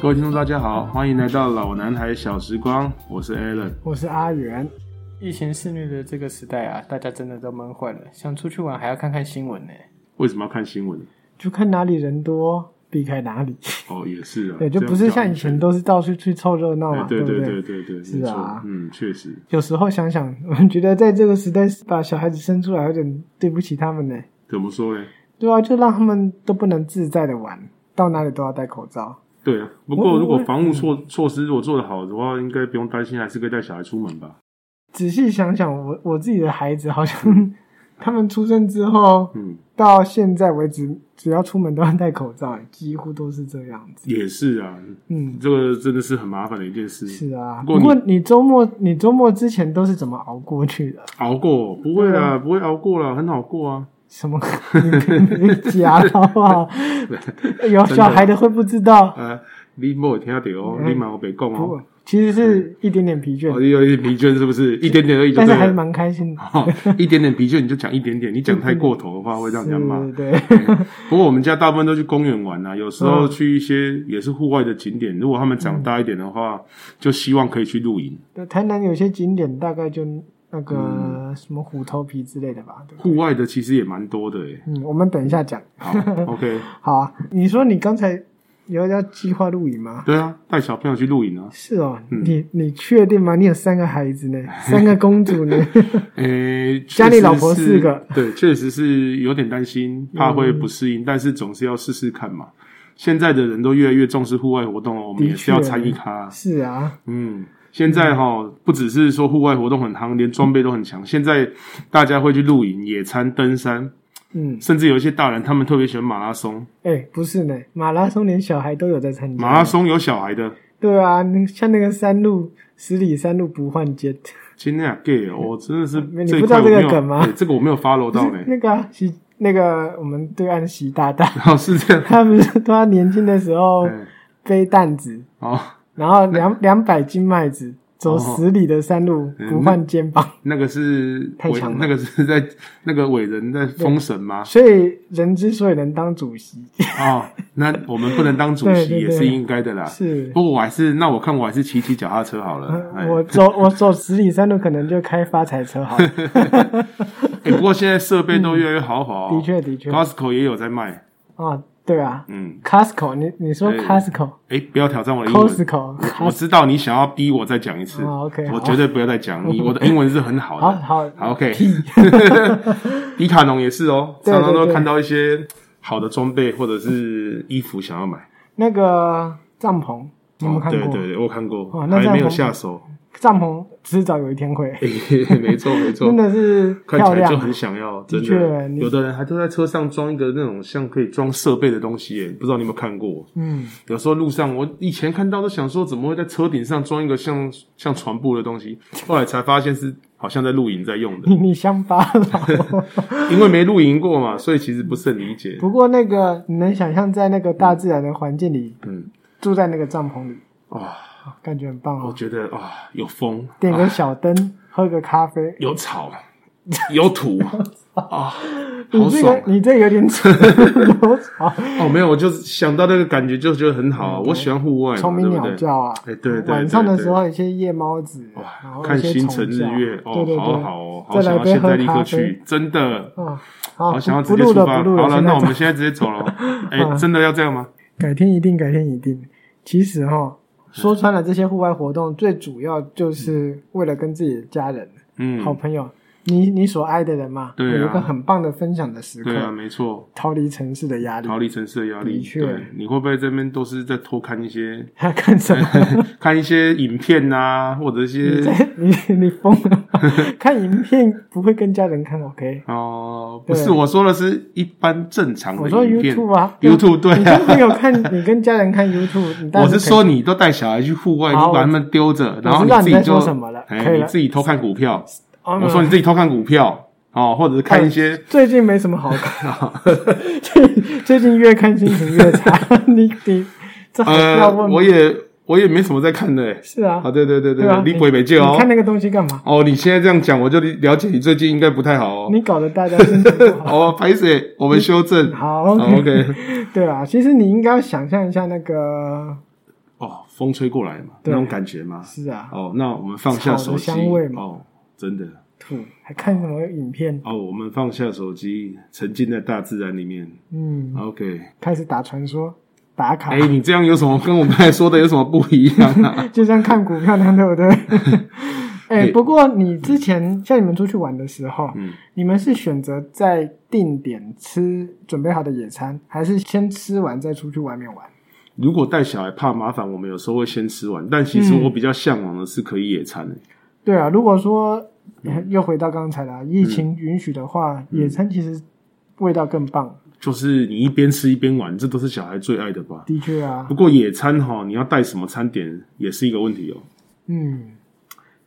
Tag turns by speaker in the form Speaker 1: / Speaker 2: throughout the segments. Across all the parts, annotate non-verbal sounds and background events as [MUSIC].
Speaker 1: 各位听众，大家好，欢迎来到老男孩小时光，我是 Alan。
Speaker 2: 我是阿元，
Speaker 3: 疫情肆虐的这个时代啊，大家真的都闷坏了，想出去玩还要看看新闻呢、
Speaker 1: 为什么要看新闻？
Speaker 2: 就看哪里人多，避开哪里。 [LAUGHS]
Speaker 1: 哦，也是啊，
Speaker 2: 对，就
Speaker 1: 这样
Speaker 2: 不是
Speaker 1: 比较
Speaker 2: 像
Speaker 1: 安
Speaker 2: 以前
Speaker 1: 全
Speaker 2: 都是到处去凑热闹嘛，
Speaker 1: 哎对
Speaker 2: 不
Speaker 1: 对对对，
Speaker 2: 是
Speaker 1: 没错
Speaker 2: 啊
Speaker 1: 嗯，确实，
Speaker 2: 有时候想 [LAUGHS] 想，我觉得在这个时代把小孩子生出来有点对不起他们呢。
Speaker 1: 怎么说呢？
Speaker 2: 对啊，就让他们都不能自在的玩，到哪里都要戴口罩。
Speaker 1: 对啊，不
Speaker 2: 我
Speaker 1: 过
Speaker 2: 我
Speaker 1: 如果
Speaker 2: 我嗯
Speaker 1: 防护措措施如果做得好的话，应该不用担心，还是可以带小孩出门吧？
Speaker 2: 仔细想想，我我自己的孩子好像 [LAUGHS] 他们出生之后
Speaker 1: 嗯，
Speaker 2: 到现在为止，只要出门都要戴口罩， [LAUGHS] 几乎都是这样子。
Speaker 1: 也是啊，
Speaker 2: 嗯，
Speaker 1: 这个真的是很麻烦的一件事。
Speaker 2: 是啊。
Speaker 1: 不过
Speaker 2: 不
Speaker 1: 你
Speaker 2: 过你周末你周末之前都是怎么熬过去的？
Speaker 1: 熬过不会
Speaker 2: 对啊
Speaker 1: 啦，不会熬过啦，很好过啊。
Speaker 2: 什么？ [LAUGHS] 你别假了好
Speaker 1: [LAUGHS]
Speaker 2: 不好？有
Speaker 1: 真的
Speaker 2: 小孩的会不知道，
Speaker 1: 啊，你莫有听到哦，
Speaker 2: 嗯
Speaker 1: 你嘛有被讲
Speaker 2: 不
Speaker 1: 哦，，
Speaker 2: 其实是一点点疲
Speaker 1: 哦，
Speaker 2: 倦，
Speaker 1: 你有一点疲倦是不是？一点点而已就
Speaker 2: 但是
Speaker 1: 对
Speaker 2: 哎还
Speaker 1: 了。
Speaker 2: 蛮开心的。
Speaker 1: 哦， [LAUGHS] 一点点疲倦你就讲一点点，你讲太过头的话会让人家骂。
Speaker 2: [LAUGHS] 是
Speaker 1: [LAUGHS]
Speaker 2: 对，
Speaker 1: 不过我们家大部分都去公园玩啦、有时
Speaker 2: 嗯
Speaker 1: 候去一些也是户外的景点。如果他们长大一点的话，就希望可以去露营。
Speaker 2: 对台南有些景点大概就那
Speaker 1: 嗯
Speaker 2: 个什么虎头皮之类的吧，对吧？
Speaker 1: 户外的其实也蛮多的诶、
Speaker 2: 嗯，我们等一下讲。 [LAUGHS]
Speaker 1: 好，OK，
Speaker 2: 好啊，你说你刚才有要计划露营吗？
Speaker 1: 对啊，带小朋友去露营啊。
Speaker 2: 是哦，你你确定吗？你有三个孩子呢，
Speaker 1: [LAUGHS]
Speaker 2: 三个公主呢， [LAUGHS]
Speaker 1: 诶、
Speaker 2: 家里
Speaker 1: 确实
Speaker 2: 老婆
Speaker 1: 是
Speaker 2: 四个，
Speaker 1: [LAUGHS]
Speaker 2: 嗯
Speaker 1: 对，确实是有点担心，怕会不适应，但是总是要试试看嘛。现在的人都越来越重视户外活动哦，我们
Speaker 2: 的
Speaker 1: 也是要
Speaker 2: 确
Speaker 1: 参与它。
Speaker 2: 是啊，
Speaker 1: 嗯，现在哈、不只是说户外活动很夯，连装备都很强。现在大家会去露营、野餐、登山，
Speaker 2: 嗯，
Speaker 1: 甚至有一些大人他们特别喜欢马拉松。
Speaker 2: 哎，不是呢，马拉松连小孩都有在参加。
Speaker 1: 马拉松有小孩的，
Speaker 2: 对啊，那像那个山路十里山路不换肩，
Speaker 1: 今天啊 gay，哦我真的是
Speaker 2: 你
Speaker 1: 这一
Speaker 2: 不知道
Speaker 1: 块我没有
Speaker 2: 这个梗吗
Speaker 1: 对这个我没有 follow 到
Speaker 2: [LAUGHS]
Speaker 1: 呢。
Speaker 2: 那个啊习、那个我们对岸的习大大， [LAUGHS]
Speaker 1: 然后哦是这样，
Speaker 2: 他不是他年轻的
Speaker 1: [LAUGHS]
Speaker 2: 时候
Speaker 1: 哎
Speaker 2: 背担子，
Speaker 1: 哦，
Speaker 2: 然后两两百斤麦子，走
Speaker 1: 哦
Speaker 2: 十里的山路
Speaker 1: 嗯
Speaker 2: 不换肩膀，
Speaker 1: 那个是
Speaker 2: 太
Speaker 1: 伟
Speaker 2: 强了
Speaker 1: 那个是在那个伟人在封神吗？
Speaker 2: 所以人之所以能当主席， [LAUGHS]
Speaker 1: 哦，那我们不能当主
Speaker 2: 对
Speaker 1: 席
Speaker 2: 对对
Speaker 1: 也是应该的啦。
Speaker 2: 是
Speaker 1: 不过我还是，那我看我还是骑骑脚踏车好
Speaker 2: 啊
Speaker 1: 了。哎
Speaker 2: 我走我走十里山路可能就开发财车
Speaker 1: [LAUGHS]
Speaker 2: 好了，
Speaker 1: 哎、不过现在设备都越来越豪华、哦
Speaker 2: 的确的确啊、
Speaker 1: Costco 也有在卖。
Speaker 2: 对啊
Speaker 1: 嗯，
Speaker 2: ，Costco，你你说
Speaker 1: 对嗯
Speaker 2: Costco，Costco，
Speaker 1: 哎、不要挑战我的英文。我知道你想要逼我再讲一次、
Speaker 2: 哦，OK，
Speaker 1: 我
Speaker 2: 好
Speaker 1: 绝对不要再讲你。我
Speaker 2: [LAUGHS]
Speaker 1: 的英文是很好
Speaker 2: 好
Speaker 1: 的。
Speaker 2: 好
Speaker 1: 好，OK。迪卡侬也是哦，
Speaker 2: 对
Speaker 1: 常常
Speaker 2: 对
Speaker 1: 都
Speaker 2: 对
Speaker 1: 看到一些好的装备或者是衣服想要买。哦
Speaker 2: 那个帐篷，你有没有看过？
Speaker 1: 对对对，我看过，
Speaker 2: 哦那
Speaker 1: 还
Speaker 2: 这样
Speaker 1: 没有
Speaker 2: 很
Speaker 1: 下手。 [LAUGHS]
Speaker 2: 帐篷迟早有一天会，
Speaker 1: 嘿嘿没错没错
Speaker 2: 真，的是
Speaker 1: 哎看起
Speaker 2: 漂
Speaker 1: 来就
Speaker 2: 亮
Speaker 1: 很。想要，真
Speaker 2: 的
Speaker 1: 的
Speaker 2: 确。你
Speaker 1: 有的人还都在车上装一个那种像可以装设备的东西耶，不知道你有没有看过？
Speaker 2: 嗯，
Speaker 1: 有时候路上我以前看到都想说，怎么会在车顶上装一个像像船布的东
Speaker 2: [LAUGHS]
Speaker 1: 西？后来才发现是好像在露营在用的，
Speaker 2: [LAUGHS] 你你乡巴
Speaker 1: [LAUGHS]
Speaker 2: 佬。
Speaker 1: 因为没露营过嘛，所以其实不是很理解。
Speaker 2: 不过那个你能想象在那个大自然的环境里，
Speaker 1: 嗯，
Speaker 2: 住在那个帐篷里，
Speaker 1: 啊，
Speaker 2: 感觉很棒
Speaker 1: 我
Speaker 2: 哦。
Speaker 1: 觉得啊，有风，
Speaker 2: 点
Speaker 1: 啊
Speaker 2: 个小灯，喝个咖啡。
Speaker 1: 有草，有土啊，好
Speaker 2: 你这
Speaker 1: 爽啊
Speaker 2: 个。你这有点 [LAUGHS] 扯，有草，
Speaker 1: 哦，没有，我就是想到那个感觉，就觉得很好啊。我喜欢户外嘛，
Speaker 2: 虫鸣嗯
Speaker 1: 对
Speaker 2: 鸟
Speaker 1: 不对？
Speaker 2: 叫啊。
Speaker 1: 哎，对对对，
Speaker 2: 晚上的时
Speaker 1: 对，
Speaker 2: 候，有些夜猫子，然
Speaker 1: 哇，
Speaker 2: 后
Speaker 1: 看
Speaker 2: 一些
Speaker 1: 星
Speaker 2: 虫
Speaker 1: 辰日
Speaker 2: 叫
Speaker 1: 月，
Speaker 2: 对
Speaker 1: 哦，
Speaker 2: 对
Speaker 1: 好
Speaker 2: 对，
Speaker 1: 好哦，好
Speaker 2: 再
Speaker 1: 想
Speaker 2: 来
Speaker 1: 要
Speaker 2: 杯
Speaker 1: 现在
Speaker 2: 喝
Speaker 1: 立刻
Speaker 2: 咖
Speaker 1: 去
Speaker 2: 啡，
Speaker 1: 真的，
Speaker 2: 啊，
Speaker 1: 好
Speaker 2: 好，
Speaker 1: 想要直
Speaker 2: 不
Speaker 1: 接
Speaker 2: 录
Speaker 1: 出
Speaker 2: 了
Speaker 1: 发。
Speaker 2: 不录了，
Speaker 1: 好了，
Speaker 2: 现在
Speaker 1: 那我
Speaker 2: 走
Speaker 1: 们现在直接走
Speaker 2: [LAUGHS]
Speaker 1: 了。哎，
Speaker 2: 嗯
Speaker 1: 真的要这样吗？
Speaker 2: 改天一定，改天一定。其实哈，
Speaker 1: 嗯
Speaker 2: 说穿了，这些户外活动最主要就是为了跟自己的家人、
Speaker 1: 嗯，
Speaker 2: 好朋友，你你所爱的人嘛，
Speaker 1: 对啊
Speaker 2: 有一个很棒的分享的时
Speaker 1: 对啊，
Speaker 2: 刻，
Speaker 1: 没错，
Speaker 2: 逃离城市的压力。
Speaker 1: 逃离城市的压力。
Speaker 2: 的确
Speaker 1: 对，你会不会这边都是在偷看一
Speaker 2: [LAUGHS]
Speaker 1: 些 [LAUGHS]
Speaker 2: 还 [LAUGHS] 看什么？
Speaker 1: 看一些影片呐，或者一
Speaker 2: 你
Speaker 1: 些
Speaker 2: 在你你疯了吗？ [LAUGHS] 看影片不会跟家人看，OK？
Speaker 1: 哦，不是
Speaker 2: 对
Speaker 1: 我说的是一般正常
Speaker 2: 我
Speaker 1: 的
Speaker 2: 说
Speaker 1: 影片
Speaker 2: YouTube 啊
Speaker 1: ，YouTube 对
Speaker 2: 你
Speaker 1: 啊
Speaker 2: 跟。朋友看，你跟家人看 YouTube，你当
Speaker 1: 我
Speaker 2: 然
Speaker 1: 是
Speaker 2: 可以
Speaker 1: 说，你都带小孩去户外，你
Speaker 2: 好
Speaker 1: 把
Speaker 2: 我
Speaker 1: 他们丢着，然
Speaker 2: 我
Speaker 1: 后
Speaker 2: 知道
Speaker 1: 自
Speaker 2: 你
Speaker 1: 己
Speaker 2: 在
Speaker 1: 就
Speaker 2: 说什么了可
Speaker 1: 哎，
Speaker 2: 以
Speaker 1: 你
Speaker 2: 了
Speaker 1: 自己偷看股票。
Speaker 2: 哦
Speaker 1: 我说你自己偷看股票哦，或者是看一些
Speaker 2: 最近没什么好看，
Speaker 1: [LAUGHS]
Speaker 2: [LAUGHS] 最最近越看心情越差。 [LAUGHS] 你你这还需要
Speaker 1: 呃，
Speaker 2: 哎问吗？
Speaker 1: 我也我也没什么在看的欸。
Speaker 2: 是啊，
Speaker 1: 啊，对对对
Speaker 2: 对啊，
Speaker 1: 你不会被救
Speaker 2: 你
Speaker 1: 哦
Speaker 2: 看。那个东西干嘛？
Speaker 1: 哦，你现在这样讲，我就了解你最近应该不太好哦。
Speaker 2: 你搞得大家心情不
Speaker 1: [LAUGHS]
Speaker 2: 好。
Speaker 1: 哦，拍谁？我们修正。
Speaker 2: 好
Speaker 1: 哦
Speaker 2: [LAUGHS] ，OK，
Speaker 1: OK，
Speaker 2: 对啊，其实你应该要想象一下那个
Speaker 1: 哦，风吹过来嘛，
Speaker 2: 对
Speaker 1: 那种感觉嘛。
Speaker 2: 是啊，
Speaker 1: 哦，那我们放下手机，
Speaker 2: 草的香味嘛
Speaker 1: 哦，真的
Speaker 2: 吐，还看什么影片？
Speaker 1: 哦，我们放下手机，沉浸在大自然里面。
Speaker 2: 嗯，
Speaker 1: OK，
Speaker 2: 开始打传说，打卡
Speaker 1: 哎、，你这样有什么跟我们刚才说的有什么不一样啊？
Speaker 2: [LAUGHS] 就像看股票那样，对
Speaker 1: [LAUGHS]
Speaker 2: 不对？哎，
Speaker 1: 对
Speaker 2: 不过你之前像你们出去玩的时候，
Speaker 1: 嗯，
Speaker 2: 你们是选择在定点吃准备好的野餐，还是先吃完再出去外面玩？
Speaker 1: 如果带小孩怕麻烦，我们有时候会先吃完，但其实
Speaker 2: 嗯
Speaker 1: 我比较向往的是可以野餐的、欸
Speaker 2: 对啊，如果说
Speaker 1: 嗯
Speaker 2: 又回到刚才啦，疫情允许的话，野餐其实味道更棒，
Speaker 1: 嗯就是你一边吃一边玩，这都是小孩最爱的吧。
Speaker 2: 的确啊
Speaker 1: 不，过野餐哈，你要带什么餐点也是一个问题哦。
Speaker 2: 嗯，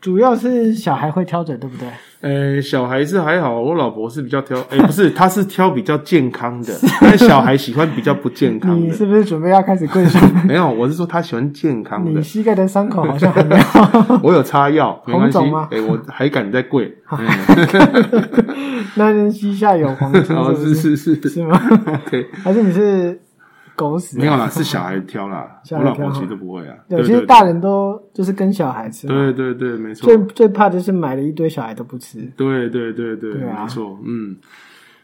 Speaker 2: 主要是小孩会挑着，对不对？
Speaker 1: 呃，小孩子还好，我老婆是比较 [LAUGHS] 挑，哎，不是，她是挑比较健康 [LAUGHS] 的，但小孩喜欢比较不健康
Speaker 2: 你是
Speaker 1: 的。
Speaker 2: 不是准备要开始跪下？
Speaker 1: [LAUGHS] 没有，我是说她喜欢健康
Speaker 2: 你
Speaker 1: 的。
Speaker 2: 膝盖的伤口好像还没
Speaker 1: [LAUGHS]
Speaker 2: 有，[LAUGHS]
Speaker 1: 我有擦药，没关系
Speaker 2: 红肿吗。
Speaker 1: 哎，我还敢再跪。 [LAUGHS] 嗯
Speaker 2: 那你膝下有黄金
Speaker 1: [LAUGHS]
Speaker 2: 是
Speaker 1: 哦，
Speaker 2: 不
Speaker 1: 是
Speaker 2: 是？
Speaker 1: 是是，
Speaker 2: 是吗？
Speaker 1: [LAUGHS] 对，
Speaker 2: [LAUGHS] 还是你是狗屎？
Speaker 1: 没有啦，是小孩挑啦，
Speaker 2: 小
Speaker 1: 我
Speaker 2: 孩挑
Speaker 1: 老婆其实都不会啊。
Speaker 2: 对，
Speaker 1: 对
Speaker 2: 其
Speaker 1: 对
Speaker 2: 实大人都就是跟小孩吃嘛，
Speaker 1: 对对对，没错
Speaker 2: 最。最怕就是买了一堆小孩都不吃。
Speaker 1: 对对对对，
Speaker 2: 对啊
Speaker 1: 没错。嗯，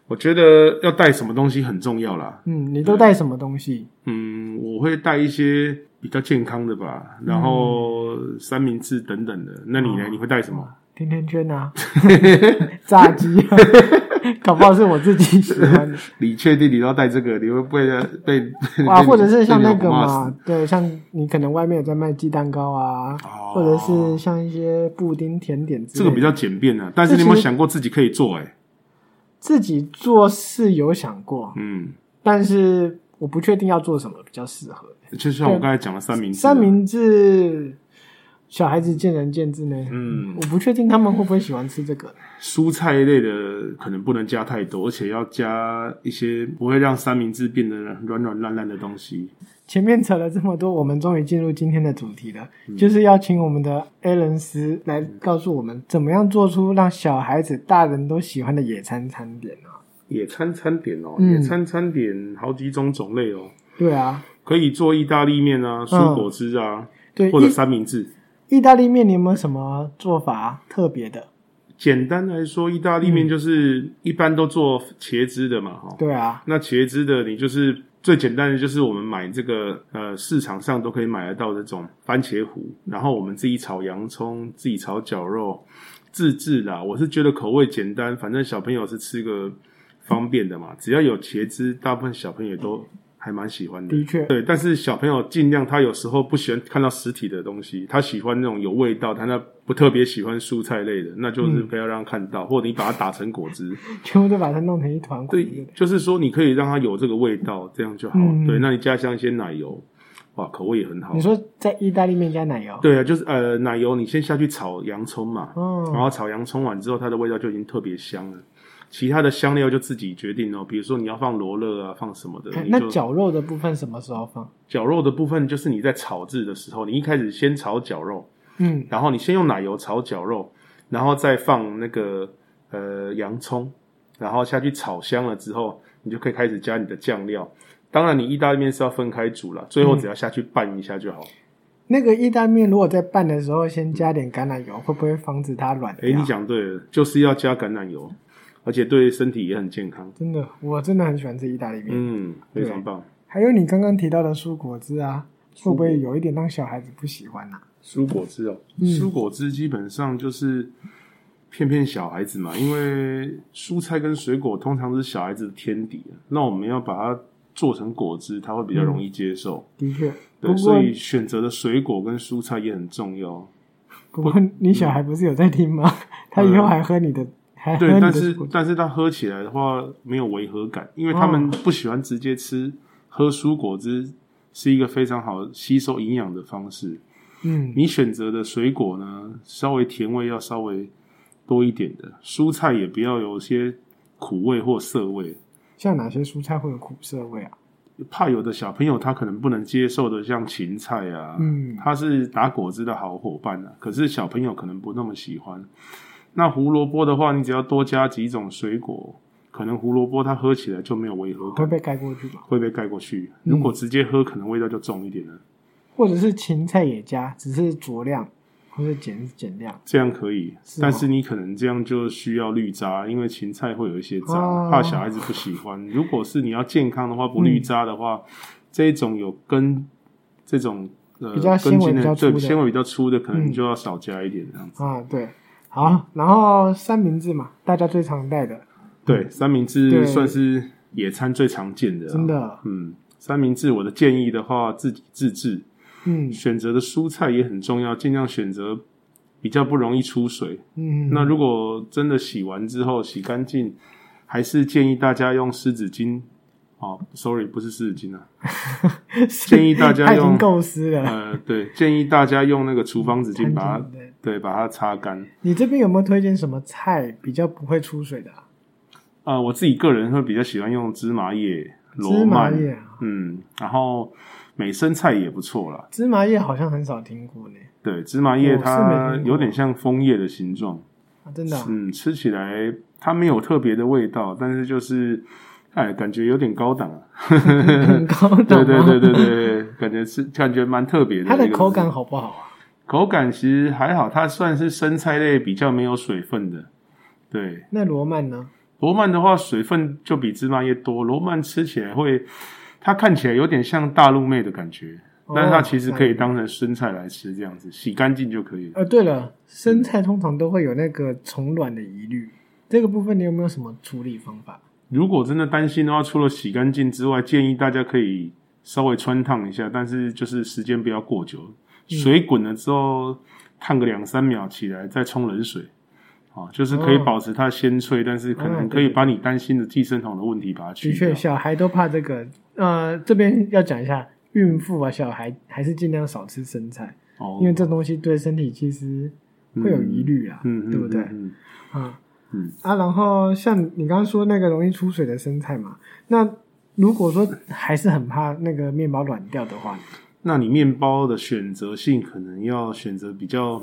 Speaker 1: 我觉得要带什么东西很重要啦。
Speaker 2: 嗯，你都带什么东
Speaker 1: [LAUGHS]
Speaker 2: 西？
Speaker 1: 嗯，我会带一些比较健康的吧，然后三明治等等的。那
Speaker 2: 嗯
Speaker 1: 你呢？你会带什么？
Speaker 2: 甜甜
Speaker 1: [LAUGHS]
Speaker 2: 圈啊，炸鸡、啊， [LAUGHS] 搞不好是我自己喜欢
Speaker 1: [LAUGHS]
Speaker 2: 的
Speaker 1: 你确定你要带这个？你会不会被被
Speaker 2: [LAUGHS] 哇，
Speaker 1: 被
Speaker 2: 或者是像
Speaker 1: 被
Speaker 2: 那
Speaker 1: 你
Speaker 2: 个
Speaker 1: 妈骂
Speaker 2: 嘛
Speaker 1: 死，
Speaker 2: 对，像你可能外面有在卖鸡蛋糕啊，
Speaker 1: 哦
Speaker 2: 或者是像一些布丁甜点之
Speaker 1: 这
Speaker 2: 类的。
Speaker 1: 个比较简便啊，但是你有没有想过自己可以做、欸？哎，
Speaker 2: 自己做是有想过，
Speaker 1: 嗯，
Speaker 2: 但是我不确定要做什么比较适合。
Speaker 1: 就像我刚才讲的三明治，啊
Speaker 2: 三，明治，小孩子见仁见智呢。
Speaker 1: 嗯，
Speaker 2: 我不确定他们会不会喜欢吃这个。
Speaker 1: 蔬菜类的可能不能加太多，而且要加一些不会让三明治变得软软烂烂的东西。
Speaker 2: 前面扯了这么多，我们终于进入今天的主题了，
Speaker 1: 嗯
Speaker 2: 就是要请我们的 A 伦斯来告诉我们，怎么样做出让小孩子、大人都喜欢的野餐餐点啊？
Speaker 1: 野餐餐点哦，
Speaker 2: 嗯
Speaker 1: 野餐餐点好几种种类哦，
Speaker 2: 对啊，
Speaker 1: 可以做意大利面啊、蔬果汁啊，
Speaker 2: 对，
Speaker 1: 或者
Speaker 2: 意
Speaker 1: 三明治。
Speaker 2: 意大利面，你有没有什么做法特别的？
Speaker 1: 简单来说，意大利面就是一般都做茄汁的嘛，哈、
Speaker 2: 对啊，
Speaker 1: 那茄汁的，你就是最简单的，就是我们买这个呃市场上都可以买得到的这种番茄糊，然后我们自己炒洋葱，自己炒绞肉，自制啦。我是觉得口味简单，反正小朋友是吃个方便的嘛，只要有茄汁，大部分小朋友都还蛮喜欢的
Speaker 2: 的。确，
Speaker 1: 对，但是小朋友尽量，他有时候不喜欢看到实体的东西，他喜欢那种有味道，他那不特别喜欢蔬菜类的，那就是不要让他看到，或者你把它打成果汁。
Speaker 2: 全部都把它弄成一团糊。
Speaker 1: 对，就是说你可以让它有这个味道，这样就好。
Speaker 2: 嗯
Speaker 1: 对，那你加上一些奶油，哇，口味也很好
Speaker 2: 你。说在意大利面加奶油？
Speaker 1: 对啊，就是呃，奶油你先下去炒洋葱嘛，然
Speaker 2: 哦，
Speaker 1: 后炒洋葱完之后，它的味道就已经特别香了。其他的香料就自己决定哦，比如说你要放罗勒啊，放什么的，
Speaker 2: 哎
Speaker 1: 你
Speaker 2: 那
Speaker 1: 就
Speaker 2: 绞肉的部分什么时候放？
Speaker 1: 绞肉的部分就是你在炒制的时候，你一开始先炒绞肉，
Speaker 2: 嗯，
Speaker 1: 然后你先用奶油炒绞肉，然后再放那个呃洋葱，然后下去炒香了之后，你就可以开始加你的酱料。当然，你意大利面是要分开煮了，最后只要下去拌一下就好。
Speaker 2: 那个意大利面如果在拌的时候先加点橄榄油，会不会防止它软掉？
Speaker 1: 诶，你讲对了，就是要加橄榄油，而且对身体也很健康。
Speaker 2: 真的，我真的很喜欢吃意大利面。
Speaker 1: 嗯，非常棒。
Speaker 2: 还有你刚刚提到的蔬果汁啊，会不会有一点让小孩子不喜欢啊？
Speaker 1: 蔬果汁哦，
Speaker 2: 嗯
Speaker 1: 蔬果汁基本上就是骗骗小孩子嘛，因为蔬菜跟水果通常是小孩子的天敌啊，那我们要把它做成果汁，他会比较容易接受。
Speaker 2: 的确，
Speaker 1: 对，
Speaker 2: 不过
Speaker 1: 所以选择的水果跟蔬菜也很重要。
Speaker 2: 不过你小孩不是有在听
Speaker 1: [LAUGHS]
Speaker 2: 吗？他以后还喝你的，还喝
Speaker 1: 嗯对，
Speaker 2: 你的
Speaker 1: 但
Speaker 2: 蔬
Speaker 1: 是
Speaker 2: 果汁。
Speaker 1: 但是它喝起来的话没有违和感，因为他
Speaker 2: 哦
Speaker 1: 们不喜欢直接吃，喝蔬果汁是一个非常好吸收营养的方式。
Speaker 2: 嗯，
Speaker 1: 你选择的水果呢，稍微甜味要稍微多一点的，蔬菜也不要有些苦味或涩味。
Speaker 2: 像哪些蔬菜会有苦涩味啊？
Speaker 1: 怕有的小朋友他可能不能接受的，像芹菜啊，
Speaker 2: 嗯
Speaker 1: 它是打果汁的好伙伴啊，可是小朋友可能不那么喜欢。那胡萝卜的话，你只要多加几种水果，可能胡萝卜它喝起来就没有违和
Speaker 2: 会
Speaker 1: 感，
Speaker 2: 被盖过去吗？
Speaker 1: 会被盖过去。
Speaker 2: 嗯
Speaker 1: 如果直接喝，可能味道就重一点了。
Speaker 2: 或者是芹菜也加，只是酌量或者减减量。
Speaker 1: 这样可以，
Speaker 2: 是
Speaker 1: 但
Speaker 2: 吗
Speaker 1: 是你可能这样就需要绿渣，因为芹菜会有一些渣，
Speaker 2: 哦
Speaker 1: 怕小孩子不喜欢。如果是你要健康的话，不绿渣的话，这一种有根这种呃
Speaker 2: 嗯比较纤
Speaker 1: 根
Speaker 2: 维
Speaker 1: 茎
Speaker 2: 比较粗的
Speaker 1: 对纤维比较粗的，可能
Speaker 2: 嗯
Speaker 1: 就要少加一点这样子。
Speaker 2: 啊，对，好，然后三明治嘛，大家最常带的，
Speaker 1: 对，三明
Speaker 2: 对
Speaker 1: 治算是野餐最常见的、
Speaker 2: 真，的，
Speaker 1: 嗯。三明治，我的建议的话，自己自制，
Speaker 2: 嗯
Speaker 1: 选择的蔬菜也很重要，尽量选择比较不容易出水，
Speaker 2: 嗯， [LAUGHS]
Speaker 1: 那如果真的洗完之后洗干净，还是建议大家用湿纸巾。哦，sorry，不是湿纸
Speaker 2: [LAUGHS]
Speaker 1: 巾啊，建议大家
Speaker 2: 他已经
Speaker 1: 用
Speaker 2: 构思了，
Speaker 1: 呃，对，建议大家用那个厨房纸巾
Speaker 2: 餐
Speaker 1: 把它
Speaker 2: 巾对
Speaker 1: 对把它擦干。
Speaker 2: 你这边有没有推荐什么菜比较不会出水的啊、
Speaker 1: 啊，我自己个人会比较喜欢用芝麻叶、罗
Speaker 2: 芝麻
Speaker 1: 曼，
Speaker 2: 叶啊，
Speaker 1: 嗯，然后美生菜也不错啦。
Speaker 2: 芝麻叶好像很少听过呢，
Speaker 1: 对，芝麻叶
Speaker 2: 哦我是没
Speaker 1: 它
Speaker 2: 听过
Speaker 1: 有点像枫叶的形状，
Speaker 2: 啊、真的啊、
Speaker 1: 嗯，吃起来它没有特别的味道，但是就是，哎，感觉有点高档
Speaker 2: [LAUGHS]
Speaker 1: 啊。
Speaker 2: 很高档、啊，
Speaker 1: 对对对对对，对感觉是感觉蛮特别的。
Speaker 2: [LAUGHS] 它的
Speaker 1: 这个
Speaker 2: 口感
Speaker 1: 东西
Speaker 2: 好不好啊？
Speaker 1: 口感其实还好，它算是生菜类比较没有水分的。对，
Speaker 2: 那罗曼呢？
Speaker 1: 罗曼的话水分就比芝麻叶多，罗曼吃起来会，它看起来有点像大陆妹的感觉，但是它
Speaker 2: 哦
Speaker 1: 其实可以当成生菜来吃，这样子洗干净就可以了。
Speaker 2: 呃，对了，
Speaker 1: 嗯
Speaker 2: 生菜通常都会有那个虫卵的疑虑，这个部分你有没有什么处理方法？
Speaker 1: 如果真的担心的话，除了洗干净之外，建议大家可以稍微穿烫一下，但是就是时间不要过久，
Speaker 2: 嗯
Speaker 1: 水滚了之后烫个两三秒起来，再冲冷水，啊，就是可以
Speaker 2: 哦
Speaker 1: 保持它鲜脆，但是可能
Speaker 2: 嗯
Speaker 1: 可以
Speaker 2: 对对
Speaker 1: 把你担心的寄生虫的问题把它去
Speaker 2: 的
Speaker 1: 掉
Speaker 2: 确，。小孩都怕这个。呃，这边要讲一下，孕妇啊，小孩还是尽量少吃生菜，
Speaker 1: 哦
Speaker 2: 因为这东西对身体其实会有疑虑啊，
Speaker 1: 嗯，嗯
Speaker 2: 对不对？
Speaker 1: 嗯
Speaker 2: 啊、
Speaker 1: 嗯
Speaker 2: 啊，然后像你刚刚说那个容易出水的生菜嘛，那如果说还是很怕那个面包软掉的话，
Speaker 1: 那你面包的选择性可能要选择比较，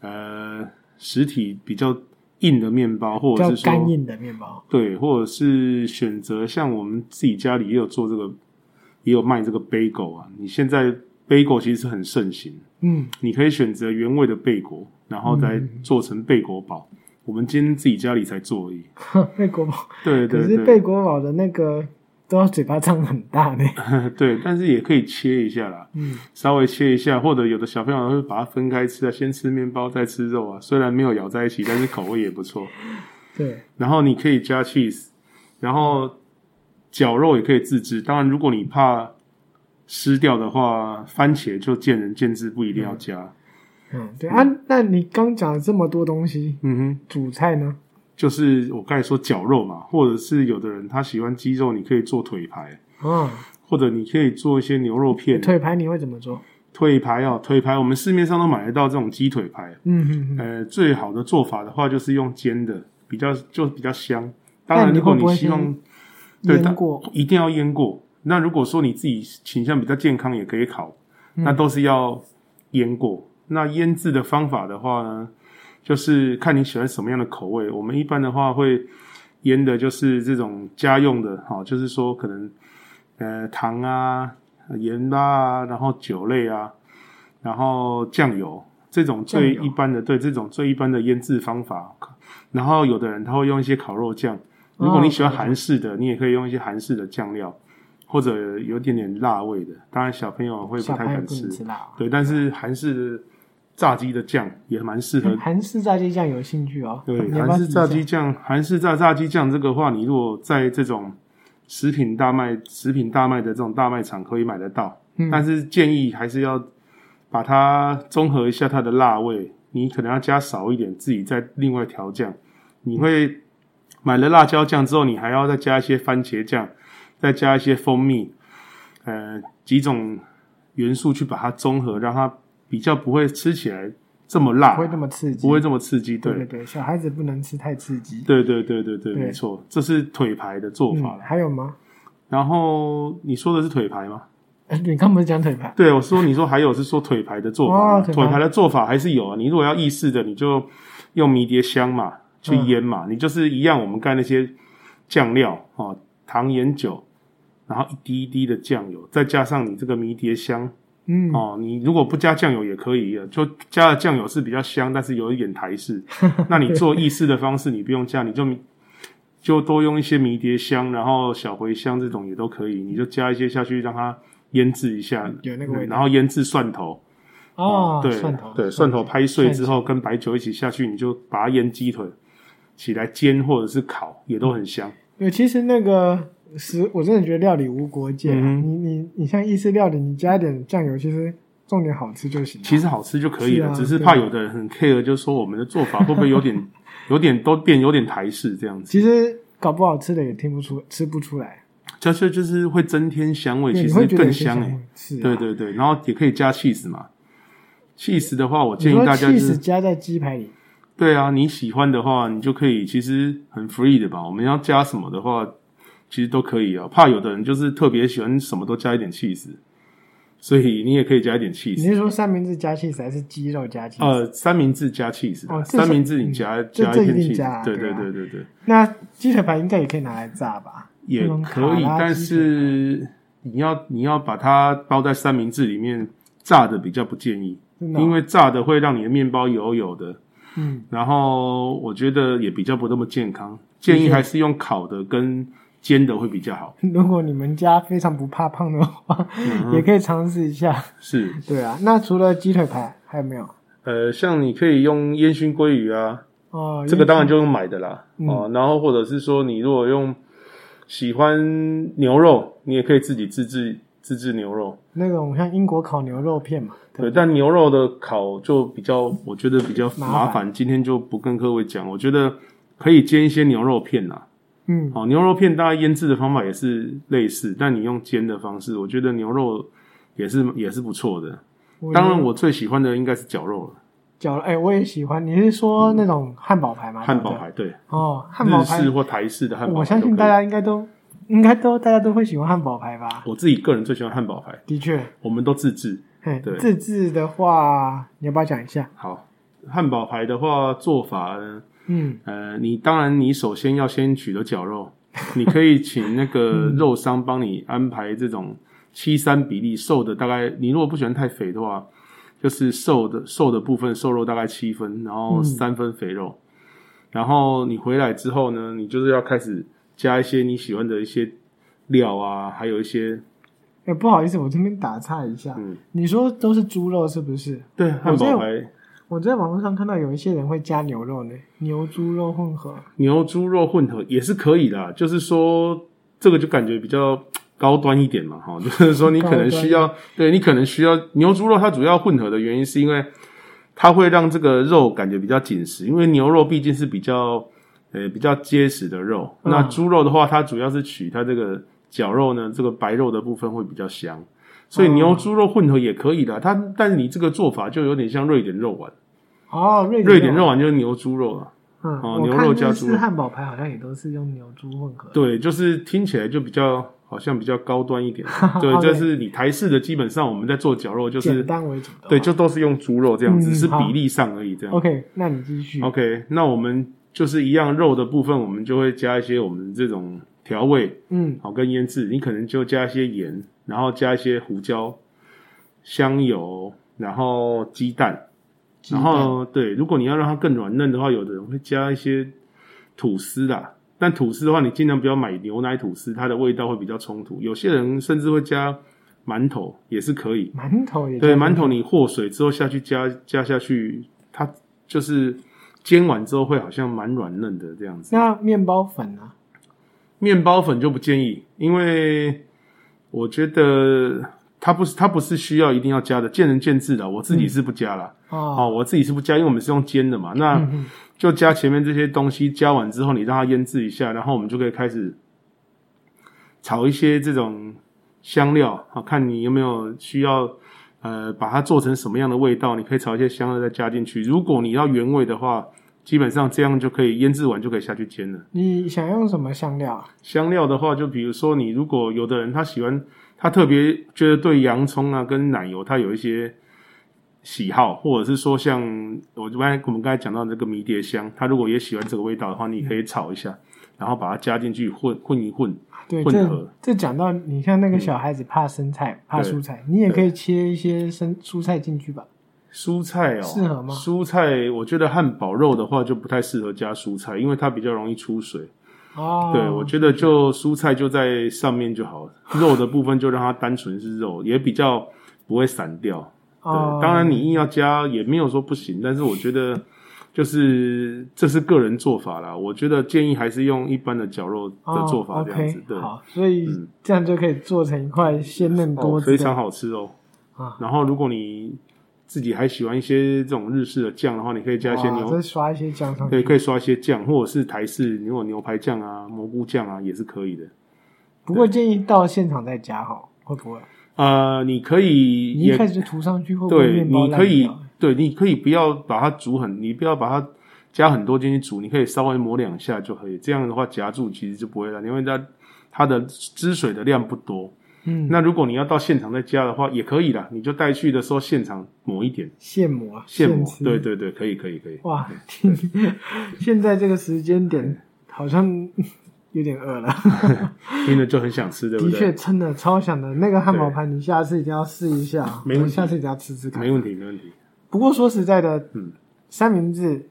Speaker 1: 呃，实体比较硬的面包，或
Speaker 2: 比
Speaker 1: 者
Speaker 2: 较
Speaker 1: 是说
Speaker 2: 干硬的面包，
Speaker 1: 对，或者是选择像我们自己家里也有做这个，也有卖这个 bagel 啊。你现在 bagel 其实很盛行，
Speaker 2: 嗯， [LAUGHS]
Speaker 1: 你可以选择原味的贝果，然后再做成贝果堡。我们今天自己家里才做而已。
Speaker 2: 贝果堡，
Speaker 1: 对
Speaker 2: 可
Speaker 1: 对
Speaker 2: 是贝
Speaker 1: 对，
Speaker 2: 果堡的那个都要嘴巴张很大呢，
Speaker 1: 对，但是也可以切一下啦，
Speaker 2: 嗯，
Speaker 1: 稍微切一下，或者有的小朋友会把它分开吃啊，先吃面包再吃肉啊。虽然没有咬在一起，但是口味也不错。
Speaker 2: 对，
Speaker 1: 然后你可以加 cheese，然后绞肉也可以自制。当然，如果你怕湿掉的话，番茄就见仁见智，不一定要加。
Speaker 2: 嗯，对啊，那你刚讲了这么多东西，
Speaker 1: 嗯哼，
Speaker 2: 主菜呢？
Speaker 1: 就是我刚才说绞肉嘛，或者是有的人他喜欢鸡肉，你可以做腿排，
Speaker 2: 嗯，
Speaker 1: 或者你可以做一些牛肉片。
Speaker 2: 腿排你会怎么做？
Speaker 1: 腿排哦，腿排我们市面上都买得到这种鸡腿排。
Speaker 2: 嗯嗯嗯，
Speaker 1: 呃，最好的做法的话就是用煎的，比较就比较香。当
Speaker 2: 那
Speaker 1: 然，
Speaker 2: 你
Speaker 1: 如果
Speaker 2: 会不
Speaker 1: 你
Speaker 2: 会
Speaker 1: 希望
Speaker 2: 先
Speaker 1: 对它
Speaker 2: 腌过，
Speaker 1: 一定要腌过。那如果说你自己倾向比较健康，也可以烤，
Speaker 2: 嗯
Speaker 1: 那都是要腌过。那腌制的方法的话呢，就是看你喜欢什么样的口味。我们一般的话会腌的就是这种家用的，哈、就是说可能呃糖啊、盐巴啊，然后酒类啊，然后酱油这种最
Speaker 2: 酱油
Speaker 1: 一般的，对这种最一般的腌制方法。然后有的人他会用一些烤肉酱，
Speaker 2: 哦
Speaker 1: 如果你喜欢韩式的，你也可以用一些韩式的酱料，或者有点点辣味的。当然小朋友会不
Speaker 2: 小
Speaker 1: 太
Speaker 2: 朋友
Speaker 1: 敢
Speaker 2: 不
Speaker 1: 吃
Speaker 2: 能，吃辣哦。
Speaker 1: 对，但是韩式炸鸡的酱也蛮适
Speaker 2: [LAUGHS]
Speaker 1: 合。
Speaker 2: 韩式炸鸡酱有兴趣哦？
Speaker 1: 对，
Speaker 2: 你要不要
Speaker 1: 韩式
Speaker 2: 提一
Speaker 1: 炸
Speaker 2: 下
Speaker 1: 鸡酱，韩式炸炸鸡酱这个话，你如果在这种食品大卖、食品大卖的这种大卖场可以买得到，
Speaker 2: 嗯
Speaker 1: 但是建议还是要把它综合一下它的辣味，你可能要加少一点，自己再另外调酱。你会买了辣椒酱之后，你还要再加一些番茄酱，再加一些蜂蜜，呃，几种元素去把它综合，让它比较不会吃起来这么辣，
Speaker 2: 不会那么刺激，
Speaker 1: 不会这么刺激，
Speaker 2: 对对对，小孩子不能吃太刺激。
Speaker 1: 对对对对对，
Speaker 2: 对
Speaker 1: 没错，这是腿牌的做法
Speaker 2: 嗯，
Speaker 1: 了。
Speaker 2: 还有吗？ [LAUGHS]
Speaker 1: 然后你说的是腿牌吗？
Speaker 2: 哎，你刚不是讲腿排？
Speaker 1: 对，我说你说还有是说腿牌的做法
Speaker 2: 哦
Speaker 1: 嘛，
Speaker 2: 腿牌
Speaker 1: 腿牌的做法还是有啊。你如果要意式的，你就用迷迭香嘛，去腌
Speaker 2: 嗯
Speaker 1: 嘛，你就是一样，我们干那些酱料哦，糖、盐、酒，然后一滴一滴的酱油，再加上你这个迷迭香，
Speaker 2: 嗯，
Speaker 1: 哦，你如果不加酱油也可以，呃就加了酱油是比较香，但是有一点台式。
Speaker 2: [LAUGHS]
Speaker 1: 那你做意式的方式，你不用加，你就就多用一些迷迭香，然后小茴香这种也都可以，你就加一些下去让它腌制一下，
Speaker 2: 嗯
Speaker 1: 嗯
Speaker 2: 有那个味道
Speaker 1: 然后腌制蒜头。
Speaker 2: 哦，
Speaker 1: 啊对
Speaker 2: 蒜头，
Speaker 1: 对，蒜头拍碎之
Speaker 2: 后，
Speaker 1: 后跟白酒一起下去，你就把它腌鸡腿起来煎或者是烤，也都很香。
Speaker 2: 对，其实那个食，我真的觉得料理无国界啊、
Speaker 1: 嗯
Speaker 2: 你你你像意式料理，你加一点酱油，其实重点好吃就行了。
Speaker 1: 其实好吃就可以了，
Speaker 2: 是啊
Speaker 1: 只是
Speaker 2: 对
Speaker 1: 怕有的人很 care，就说我们的做法会不会有
Speaker 2: [LAUGHS]
Speaker 1: 点有点都变有点台式这样子，
Speaker 2: 其实搞不好吃的也听不出，吃不出来，
Speaker 1: 就是就是会增添香味，
Speaker 2: 对
Speaker 1: 其
Speaker 2: 你
Speaker 1: 实
Speaker 2: 会觉得
Speaker 1: 更
Speaker 2: 有
Speaker 1: 香
Speaker 2: 香
Speaker 1: 哎、
Speaker 2: 味是、啊，
Speaker 1: 对。对对，然后也可以加 cheese 嘛。cheese 的话，我
Speaker 2: 你
Speaker 1: 建议
Speaker 2: 说
Speaker 1: 大家就
Speaker 2: cheese
Speaker 1: 是
Speaker 2: 加在鸡排里，
Speaker 1: 对啊，你喜欢的话，你就可以其实很 free 的吧。我们要加什么的话，其实都可以啊。怕有的人就是特别喜欢什么都加一点 cheese，所以你也可以加一点
Speaker 2: 你
Speaker 1: cheese。
Speaker 2: 是说三明治加 cheese 还是鸡肉加 cheese？、
Speaker 1: 呃，三明治加 cheese，、啊
Speaker 2: 哦这是
Speaker 1: 三明治你加、
Speaker 2: 这
Speaker 1: 加一片
Speaker 2: 这一定加啊
Speaker 1: cheese，对
Speaker 2: 对啊
Speaker 1: 对对对，
Speaker 2: 那鸡腿排应该也可以拿来炸吧？
Speaker 1: 也
Speaker 2: 那种卡
Speaker 1: 可以
Speaker 2: 拉，
Speaker 1: 但
Speaker 2: 鸡
Speaker 1: 是你要你要把它包在三明治里面炸的比较不建议，
Speaker 2: 真的哦、
Speaker 1: 因为炸的会让你的面包油油的，
Speaker 2: 嗯，
Speaker 1: 然后我觉得也比较不那么健康，建议还是用烤的跟煎的会比较好。
Speaker 2: 如果你们家非常不怕胖的话，
Speaker 1: 嗯
Speaker 2: 也可以尝试一下。
Speaker 1: 是，
Speaker 2: 对啊，那除了鸡腿排还有没有？
Speaker 1: 呃，像你可以用烟熏鲑鱼啊，
Speaker 2: 哦，
Speaker 1: 这个当然
Speaker 2: 就
Speaker 1: 就用买的啦。
Speaker 2: 嗯
Speaker 1: 哦，然后或者是说你如果用喜欢牛肉，你也可以自己自制自制牛肉。
Speaker 2: 那种像英国烤牛肉片嘛，
Speaker 1: 对，但牛肉的烤就比较，我觉得比较
Speaker 2: 麻
Speaker 1: 麻烦。今天就不跟各位讲，我觉得可以煎一些牛肉片啦、
Speaker 2: 嗯，
Speaker 1: 哦，牛肉片大概腌制的方法也是类似，但你用煎的方式，我觉得牛肉也是也是不错的。当然，我最喜欢的应该是绞肉了，
Speaker 2: 绞了，哎、我也喜欢。你是说那种汉堡排吗？
Speaker 1: 嗯汉堡
Speaker 2: 对不对
Speaker 1: 排对，
Speaker 2: 哦，啊汉堡
Speaker 1: 日式
Speaker 2: 排，
Speaker 1: 或台式的汉堡排
Speaker 2: 我相信
Speaker 1: 都可
Speaker 2: 大
Speaker 1: 以。
Speaker 2: 家应该都应该都大家都会喜欢汉堡排吧？
Speaker 1: 我自己个人最喜欢汉堡排，
Speaker 2: 的确，
Speaker 1: 我们都自制。
Speaker 2: 嘿
Speaker 1: 对，
Speaker 2: 自制的话，你要不要讲一下？
Speaker 1: 好，汉堡排的话做法呢，
Speaker 2: 嗯，
Speaker 1: 呃，你当然你首先要先取得绞肉，你可以请那个肉商帮你安排这种七三比例瘦的，大概你如果不喜欢太肥的话，就是瘦的瘦的部分瘦肉大概七分，然后
Speaker 2: 嗯
Speaker 1: 三分肥肉，然后你回来之后呢，你就是要开始加一些你喜欢的一些料啊，还有一些
Speaker 2: 哎、不好意思，我这边打岔一下，
Speaker 1: 嗯，
Speaker 2: 你说都是猪肉是不是？
Speaker 1: 对，汉堡
Speaker 2: 我这
Speaker 1: 排
Speaker 2: 我在网络上看到有一些人会加牛肉呢，牛猪肉混合。
Speaker 1: 牛猪肉混合也是可以的啊，就是说这个就感觉比较高端一点嘛，哈，就是说你可能需要，对你可能需要牛猪肉，它主要混合的原因是因为它会让这个肉感觉比较紧实，因为牛肉毕竟是比较呃比较结实的肉，
Speaker 2: 嗯
Speaker 1: 那猪肉的话，它主要是取它这个绞肉呢，这个白肉的部分会比较香。所以牛猪肉混合也可以的啊，它但是你这个做法就有点像瑞典肉丸，
Speaker 2: 哦，瑞典
Speaker 1: 瑞典肉丸就是牛猪肉了，
Speaker 2: 嗯，
Speaker 1: 哦
Speaker 2: 我
Speaker 1: 牛
Speaker 2: 看
Speaker 1: 肉
Speaker 2: 日
Speaker 1: 加猪
Speaker 2: 式
Speaker 1: 肉
Speaker 2: 汉堡排好像也都是用牛猪混合。
Speaker 1: 对，就是听起来就比较好像比较高端一点。对，
Speaker 2: OK
Speaker 1: 就是你台式的基本上我们在做绞肉，就
Speaker 2: 简
Speaker 1: 是
Speaker 2: 单为主的话。
Speaker 1: 对，就都是用猪肉这样子，
Speaker 2: 嗯
Speaker 1: 是
Speaker 2: 好
Speaker 1: 比例上而已这样。
Speaker 2: OK。那你继续。
Speaker 1: OK，那我们就是一样肉的部分，我们就会加一些我们这种调味，
Speaker 2: 嗯，
Speaker 1: 好跟腌制，你可能就加一些盐，然后加一些胡椒、香油，然后鸡蛋，
Speaker 2: 鸡
Speaker 1: 然
Speaker 2: 蛋
Speaker 1: 后对，如果你要让它更软嫩的话，有的人会加一些吐司啦。但吐司的话，你尽量不要买牛奶吐司，它的味道会比较冲突。有些人甚至会加馒头，也是可以。
Speaker 2: 馒头也
Speaker 1: 对，
Speaker 2: 加
Speaker 1: 馒头你和水之后下去加加下去，它就是煎完之后会好像蛮软嫩的这样子。
Speaker 2: 那面包粉呢？
Speaker 1: 面包粉就不建议，因为我觉得它不是它不是需要一定要加的，见仁见智的。我自己是不加啦，
Speaker 2: 哦，
Speaker 1: 哦，我自己是不加，因为我们是用煎的嘛。那
Speaker 2: 嗯
Speaker 1: 就加前面这些东西，加完之后你让它腌制一下，然后我们就可以开始炒一些这种香料啊，看你有没有需要。呃，把它做成什么样的味道，你可以炒一些香料再加进去。如果你要原味的话，基本上这样就可以腌制完就可以下去煎了。
Speaker 2: 你想用什么香料啊？
Speaker 1: 香料的话，就比如说你如果有的人他喜欢，他特别觉得对洋葱啊跟奶油他有一些喜好，或者是说像我刚才我们刚才讲到这个迷迭香，他如果也喜欢这个味道的话，你可以炒一下，然后把它加进去混混一混，
Speaker 2: 对，
Speaker 1: 混合
Speaker 2: 这这讲到你像那个小孩子怕生菜、怕
Speaker 1: 对
Speaker 2: 蔬菜，你也可以切一些生蔬菜进去吧。
Speaker 1: 蔬菜哦，
Speaker 2: 适合吗
Speaker 1: 蔬菜，我觉得汉堡肉的话就不太适合加蔬菜，因为它比较容易出水。
Speaker 2: 哦，
Speaker 1: 对，我觉得就蔬菜就在上面就好了，肉的部分就让它单纯是肉，也比较不会散掉。对，
Speaker 2: 哦
Speaker 1: 当然你硬要加也没有说不行，但是我觉得就是这是个人做法啦。我觉得建议还是用一般的绞肉的做法
Speaker 2: 哦
Speaker 1: 这样子，
Speaker 2: OK，
Speaker 1: 对，
Speaker 2: 好，所以
Speaker 1: 嗯
Speaker 2: 这样就可以做成一块鲜嫩多
Speaker 1: 哦，
Speaker 2: 汁
Speaker 1: 非
Speaker 2: 的、
Speaker 1: 常好吃哦。
Speaker 2: 啊。
Speaker 1: 然后如果你自己还喜欢一些这种日式的酱的话，你可以加一些
Speaker 2: 哇
Speaker 1: 牛
Speaker 2: 再刷一些酱上去，
Speaker 1: 对，可以刷一些酱，或者是台式，如果牛排酱啊、蘑菇酱啊也是可以的。
Speaker 2: 不过建议到现场再加哈，会不会？
Speaker 1: 呃，你可以
Speaker 2: 你一
Speaker 1: 也
Speaker 2: 开始就涂上去会不会
Speaker 1: 对，
Speaker 2: 面包
Speaker 1: 你
Speaker 2: 烂
Speaker 1: 可以
Speaker 2: 掉
Speaker 1: 对，你可以不要把它煮很，你不要把它加很多进去煮，你可以稍微磨两下就可以。这样的话夹住其实就不会烂，因为它它的汁水的量不多。
Speaker 2: 嗯，
Speaker 1: 那如果你要到现场再加的话，也可以啦，你就带去的时候现场磨一点，
Speaker 2: 现磨啊
Speaker 1: 现磨。
Speaker 2: 吃
Speaker 1: 对对对，可以可以可以。
Speaker 2: 哇， [LAUGHS] 听现在这个时间点好像 [LAUGHS] 有点饿了，
Speaker 1: 听了就很想 [LAUGHS] 吃，对不
Speaker 2: 的确
Speaker 1: 对？
Speaker 2: 真的超想的。那个汉堡盘，你下次一定要试一下，啊
Speaker 1: 没问
Speaker 2: 我
Speaker 1: 题
Speaker 2: 下次一定要吃吃看
Speaker 1: 没。问题没问题。
Speaker 2: 不过说实在的，
Speaker 1: 嗯
Speaker 2: 三明治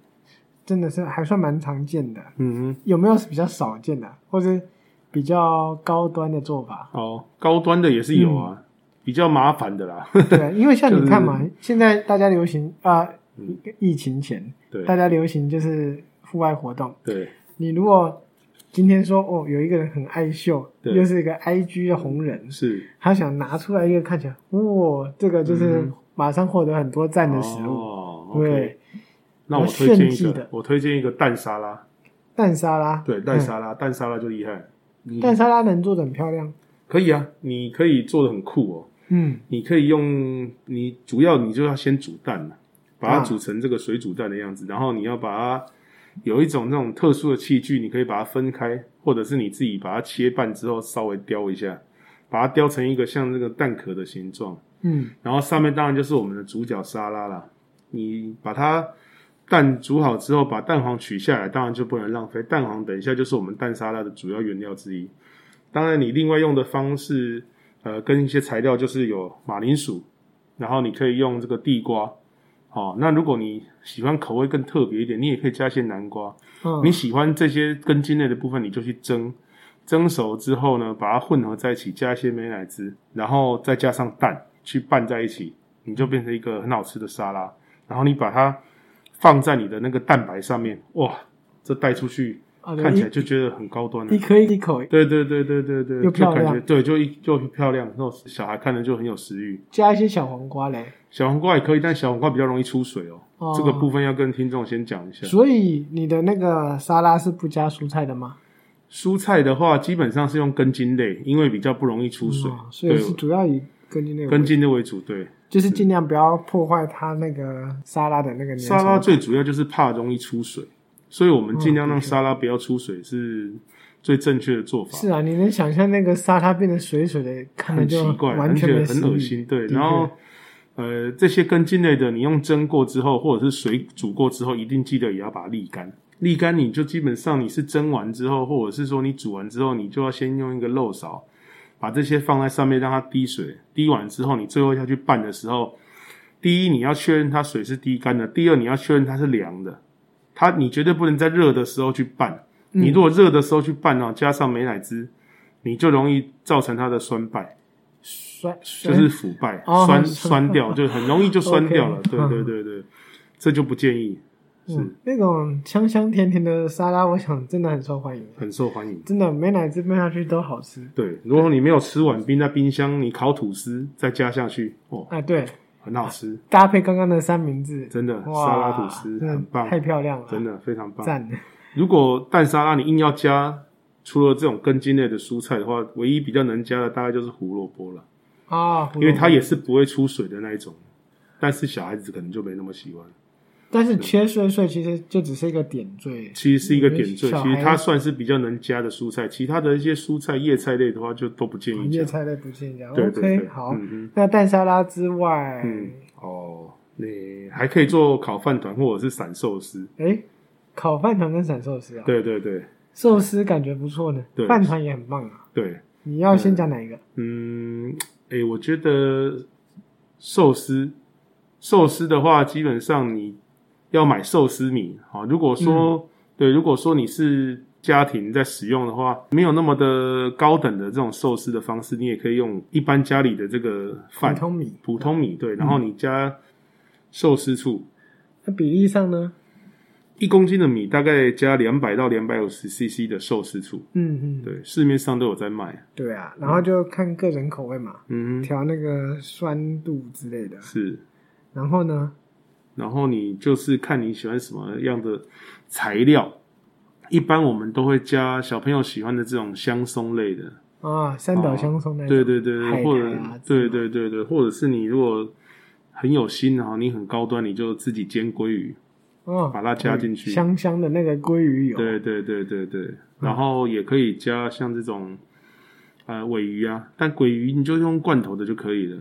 Speaker 2: 真的是还算蛮常见的，
Speaker 1: 嗯哼。？
Speaker 2: 有没有比较少见的，或是比较高端的做法
Speaker 1: [LAUGHS] 哦，高端的也是有啊，
Speaker 2: 嗯
Speaker 1: 比较麻烦的
Speaker 2: [LAUGHS]
Speaker 1: 啦。
Speaker 2: 对，因为像
Speaker 1: 就
Speaker 2: 你
Speaker 1: 是嗯
Speaker 2: 看嘛，现在大家流行啊、疫情前
Speaker 1: 对
Speaker 2: 大家流行就是户外活动，
Speaker 1: 对
Speaker 2: 你如果今天说哦，有一个人很爱秀，
Speaker 1: 对
Speaker 2: 又是一个 IG 的红人，
Speaker 1: 是
Speaker 2: 他想拿出来一个看起来，哇、这个就是
Speaker 1: 嗯
Speaker 2: 马上获得很多赞的食物。
Speaker 1: 哦、
Speaker 2: 对
Speaker 1: OK，那我
Speaker 2: 比较
Speaker 1: 推荐
Speaker 2: 炫技
Speaker 1: 一
Speaker 2: 的
Speaker 1: 个，我推荐一个蛋沙拉。
Speaker 2: 蛋沙拉，
Speaker 1: 对，蛋沙拉，蛋沙拉就厉害。
Speaker 2: 嗯，
Speaker 1: 你
Speaker 2: 蛋沙拉能做的很漂亮。
Speaker 1: 可以啊，你可以做的很酷哦。
Speaker 2: 嗯，
Speaker 1: 你可以用你主要你就要先煮蛋了，把
Speaker 2: 啊
Speaker 1: 它煮成这个水煮蛋的样子，然后你要把它有一种那种特殊的器具，你可以把它分开，或者是你自己把它切半之后稍微雕一下，把它雕成一个像这个蛋壳的形状。
Speaker 2: 嗯，
Speaker 1: 然后上面当然就是我们的主角沙拉啦。你把它蛋煮好之后，把蛋黄取下来，当然就不能浪费。蛋黄等一下就是我们蛋沙拉的主要原料之一。当然，你另外用的方式，呃，跟一些材料就是有马铃薯，然后你可以用这个地瓜。哦，那如果你喜欢口味更特别一点，你也可以加一些南瓜。
Speaker 2: 嗯
Speaker 1: 你喜欢这些根茎类的部分，你就去蒸，蒸熟之后呢，把它混合在一起，加一些美乃滋，然后再加上蛋去拌在一起，你就变成一个很好吃的沙拉。然后你把它放在你的那个蛋白上面，哇，这带出去
Speaker 2: 啊，对
Speaker 1: 看起来就觉得很高端了
Speaker 2: 一一。颗一口
Speaker 1: 对对对对对对，
Speaker 2: 又
Speaker 1: 就
Speaker 2: 漂
Speaker 1: 感
Speaker 2: 亮
Speaker 1: 觉对，就一就漂亮，然后小孩看了就很有食欲。
Speaker 2: 加一些小黄瓜嘞。
Speaker 1: 小黄瓜也可以，但小黄瓜比较容易出水哦。
Speaker 2: 哦
Speaker 1: 这个部分要跟听众先讲一下。
Speaker 2: 所以你的那个沙拉是不加蔬菜的吗？
Speaker 1: 蔬菜的话，基本上是用根茎类，因为比较不容易出水，
Speaker 2: 哦所以
Speaker 1: 对，
Speaker 2: 是主要以根茎类为
Speaker 1: 根
Speaker 2: 主，
Speaker 1: 茎类为主。对，
Speaker 2: 就是尽量不要破坏它那个沙拉的那个粘稠
Speaker 1: 沙拉最主要就是怕容易出水，所以我们
Speaker 2: 嗯
Speaker 1: 尽量让沙拉不要出水是最正确的做法。
Speaker 2: 是啊，你能想象那个沙拉变得水水的，看着
Speaker 1: 很
Speaker 2: 就
Speaker 1: 奇怪，
Speaker 2: 完
Speaker 1: 而
Speaker 2: 全
Speaker 1: 且
Speaker 2: 没
Speaker 1: 很
Speaker 2: 食欲
Speaker 1: 恶心。对，
Speaker 2: 的确
Speaker 1: 然后呃，这些根茎类的，你用蒸过之后，或者是水煮过之后，一定记得也要把它沥干。沥干你就基本上你是蒸完之后，或者是说你煮完之后，你就要先用一个漏勺把这些放在上面，让它滴水。滴完之后，你最后下去拌的时候，第一你要确认它水是滴干的，第二你要确认它是凉的。它你绝对不能在热的时候去拌，
Speaker 2: 嗯
Speaker 1: 你如果热的时候去拌哦，加上美乃滋，你就容易造成它的酸败。
Speaker 2: 酸
Speaker 1: 就
Speaker 2: 酸
Speaker 1: 是腐败，
Speaker 2: 哦
Speaker 1: 酸
Speaker 2: 酸
Speaker 1: 酸掉，就很容易就酸掉了。
Speaker 2: OK，
Speaker 1: 对对对对，这就不建议，是
Speaker 2: 嗯那种香香甜甜的沙拉，我想真的很受欢迎，
Speaker 1: 很受欢迎。
Speaker 2: 真的美乃滋拌下去都好吃
Speaker 1: 对，如果你没有吃完，冰在冰箱，你烤吐司再加下去，哦，
Speaker 2: 啊！对，
Speaker 1: 很好吃，
Speaker 2: 搭配刚刚的三明治，
Speaker 1: 真的，
Speaker 2: 哇，
Speaker 1: 沙拉吐司
Speaker 2: 真的
Speaker 1: 很棒，
Speaker 2: 太漂亮了，
Speaker 1: 真的非常棒。
Speaker 2: 赞！
Speaker 1: 如果蛋沙拉你硬要加，除了这种根茎类的蔬菜的话，唯一比较能加的大概就是胡萝卜了，
Speaker 2: 啊，
Speaker 1: 因为它
Speaker 2: 也，
Speaker 1: 也是不会出水的那一种，但是小孩子可能就没那么喜欢。
Speaker 2: 但是切碎碎其实就只是一个点缀，
Speaker 1: 其实是一个点缀，
Speaker 2: 小
Speaker 1: 其
Speaker 2: 孩
Speaker 1: 实它算是比较能加的蔬菜，其他的一些蔬菜、叶菜类的话就都不建议
Speaker 2: 哦叶
Speaker 1: 加。
Speaker 2: 菜类不建议加。
Speaker 1: 对
Speaker 2: OK，
Speaker 1: 对对
Speaker 2: 好，
Speaker 1: 嗯
Speaker 2: 那蛋沙拉之外，
Speaker 1: 哼嗯，哦，你还可以做烤饭团或者是散寿司，
Speaker 2: 哎、烤饭团跟闪寿司啊，
Speaker 1: 对对对，
Speaker 2: 寿司感觉不错呢
Speaker 1: 对，
Speaker 2: 饭团也很棒啊。
Speaker 1: 对，
Speaker 2: 你要先讲哪一个？
Speaker 1: 嗯，诶、我觉得寿司，寿司的话，基本上你要买寿司米啊。好如果说、
Speaker 2: 嗯
Speaker 1: 对，如果说你是家庭在使用的话，没有那么的高等的这种寿司的方式，你也可以用一般家里的这个
Speaker 2: 普
Speaker 1: 饭
Speaker 2: 通米。
Speaker 1: 普通米，
Speaker 2: 嗯
Speaker 1: 对，然后你加寿司醋，
Speaker 2: 那比例上呢？
Speaker 1: 一公斤的米大概加两百到两百五十 CC 的寿司醋，
Speaker 2: 嗯嗯，
Speaker 1: 对，市面上都有在卖，
Speaker 2: 对啊，然后就看个人口味嘛，
Speaker 1: 嗯，
Speaker 2: 调那个酸度之类的。
Speaker 1: 是。
Speaker 2: 然后呢，
Speaker 1: 然后你就是看你喜欢什么样的材料。一般我们都会加小朋友喜欢的这种香松类的，
Speaker 2: 啊，三岛香松那种
Speaker 1: 哦对对对
Speaker 2: 海苔
Speaker 1: 对，
Speaker 2: 啊
Speaker 1: 或者
Speaker 2: 芝麻
Speaker 1: 对对对对，或者是你如果很有心哈，你很高端，你就自己煎鲑鱼，
Speaker 2: 哦，
Speaker 1: 把它加进去
Speaker 2: 香香的那个鲑鱼油。
Speaker 1: 对对对对对，然后也可以加像这种呃尾鱼啊，但尾鱼你就用罐头的就可以了。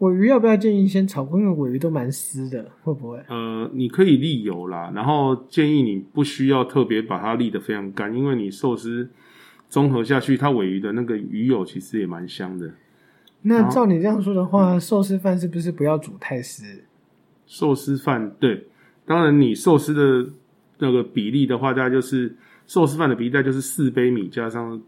Speaker 2: 尾鱼要不要建议先炒过？因为尾鱼都蛮湿的，会不会？
Speaker 1: 呃，你可以沥油啦，然后建议你不需要特别把它沥得非常干，因为你寿司综合下去，它尾鱼的那个鱼油其实也蛮香的。啊
Speaker 2: 那照你这样说的话，寿司饭是不是不要煮太湿？
Speaker 1: 寿司饭对，当然你寿司的那个比例的话，大概就是寿司饭的比例大概就是四杯米加上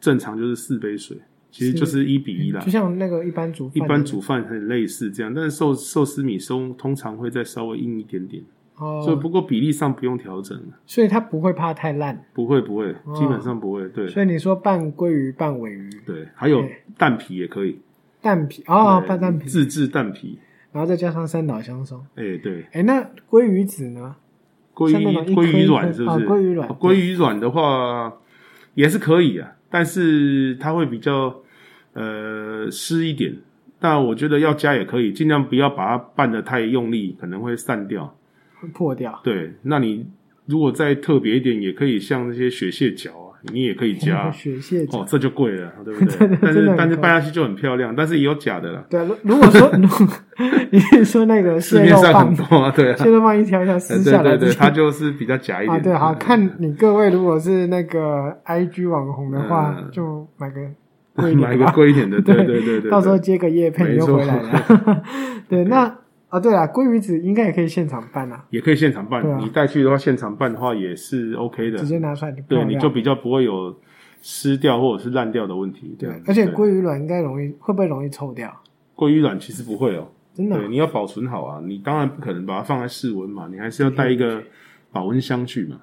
Speaker 1: 正常就是四杯水，其实就是一比一啦
Speaker 2: 就。像那个一般煮饭
Speaker 1: 一
Speaker 2: 的，
Speaker 1: 般煮饭很类似这样，但是寿寿司米松通常会再稍微硬一点点，所以
Speaker 2: 哦，
Speaker 1: 不过比例上不用调整了，
Speaker 2: 所以它不会怕太烂。
Speaker 1: 不会不会，
Speaker 2: 哦
Speaker 1: 基本上不会。对，
Speaker 2: 所以你说拌鲑鱼、拌尾鱼、
Speaker 1: 对，还有
Speaker 2: 对
Speaker 1: 蛋皮也可以
Speaker 2: 蛋皮哦，
Speaker 1: 对
Speaker 2: 拌蛋皮，
Speaker 1: 自制蛋皮。
Speaker 2: 然后再加上三岛香松。
Speaker 1: 哎、对，
Speaker 2: 哎，那鲑鱼子呢？
Speaker 1: 鲑
Speaker 2: 像那种一
Speaker 1: 鱼
Speaker 2: 颗
Speaker 1: 鲑鱼
Speaker 2: 一
Speaker 1: 卵
Speaker 2: 颗
Speaker 1: 是不是？
Speaker 2: 哦鲑鱼卵
Speaker 1: 鲑鱼卵的话也是可以啊，但是它会比较呃湿一点。但我觉得要加也可以，尽量不要把它拌的太用力，可能会散掉。
Speaker 2: 会破掉。
Speaker 1: 对，那你如果再特别一点，也可以像那些雪蟹脚啊，你也可以加。
Speaker 2: 雪蟹脚
Speaker 1: 哦，这就贵了，对不
Speaker 2: [LAUGHS] 真的
Speaker 1: 对？但
Speaker 2: 真的
Speaker 1: 是
Speaker 2: 很
Speaker 1: 但是
Speaker 2: 贵
Speaker 1: 拌下去就很漂亮，但是也有假的啦，
Speaker 2: 对啊，如如果说 [LAUGHS] 如果你是说那个
Speaker 1: 市
Speaker 2: 蟹
Speaker 1: 面
Speaker 2: 肉
Speaker 1: 上
Speaker 2: 棒
Speaker 1: 很，多啊， [LAUGHS] 对啊。
Speaker 2: 蟹肉棒一条一条撕下来
Speaker 1: 对对
Speaker 2: 之
Speaker 1: 哎对，
Speaker 2: 前，
Speaker 1: 它就是比较假一点嗯
Speaker 2: 啊，对，好看你各位如果是那个 IG 网红的话，
Speaker 1: 嗯
Speaker 2: 就买个贵一
Speaker 1: [LAUGHS]
Speaker 2: 点
Speaker 1: 买个
Speaker 2: 吧
Speaker 1: 贵一点的，对
Speaker 2: [LAUGHS] 对
Speaker 1: 对对对，
Speaker 2: 到时候接个叶配你就回来
Speaker 1: 没
Speaker 2: 了。 [LAUGHS]
Speaker 1: [LAUGHS]
Speaker 2: 对，那啊，对了，鲑鱼子应该也可以现场拌啊，
Speaker 1: 也可以现场
Speaker 2: 对啊
Speaker 1: 办。你带去的话，现场办的话也是 OK 的
Speaker 2: 直，接拿出来就
Speaker 1: 对，
Speaker 2: 泡
Speaker 1: 你
Speaker 2: 料
Speaker 1: 就比较不会有湿掉或者是烂掉的问题。这
Speaker 2: 对
Speaker 1: 样，子
Speaker 2: 而且
Speaker 1: 对
Speaker 2: 鲑鱼卵应该容易会不会容易臭掉？
Speaker 1: 鲑鱼卵其实不会哦，
Speaker 2: 真的啊
Speaker 1: 对，你要保存好啊，你当然不可能把它放在室温嘛，你还是要带一个保温箱去嘛，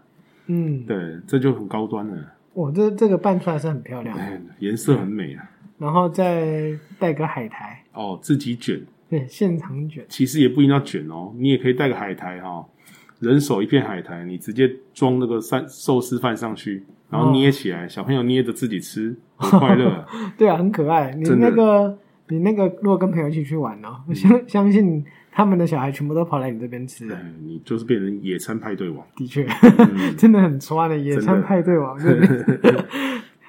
Speaker 2: 嗯，
Speaker 1: 对，这就很高端了， [LAUGHS]
Speaker 2: 我这这个拌出来是很漂亮的，
Speaker 1: 哎，颜色很美啊。
Speaker 2: 然后再带个海苔，
Speaker 1: 哦，自己卷，
Speaker 2: 对，现场卷。
Speaker 1: 其实也不一定要卷哦，你也可以带个海苔哈、人手一片海苔，你直接装那个三寿司饭上去，然后捏起来，小朋友捏着自己
Speaker 2: [LAUGHS]
Speaker 1: 吃，很快乐啊、
Speaker 2: 对啊，很可爱。你
Speaker 1: 真的嗯
Speaker 2: 那个，你那个，如果跟朋友一起去玩呢、我相相信他们的小孩全部都跑来你这边吃了，
Speaker 1: 哎你就是变成野餐派对王，
Speaker 2: 的确，
Speaker 1: 嗯
Speaker 2: [LAUGHS] 真的很抓的野
Speaker 1: 真
Speaker 2: 餐
Speaker 1: 的
Speaker 2: 派
Speaker 1: [LAUGHS]
Speaker 2: 对网，对不对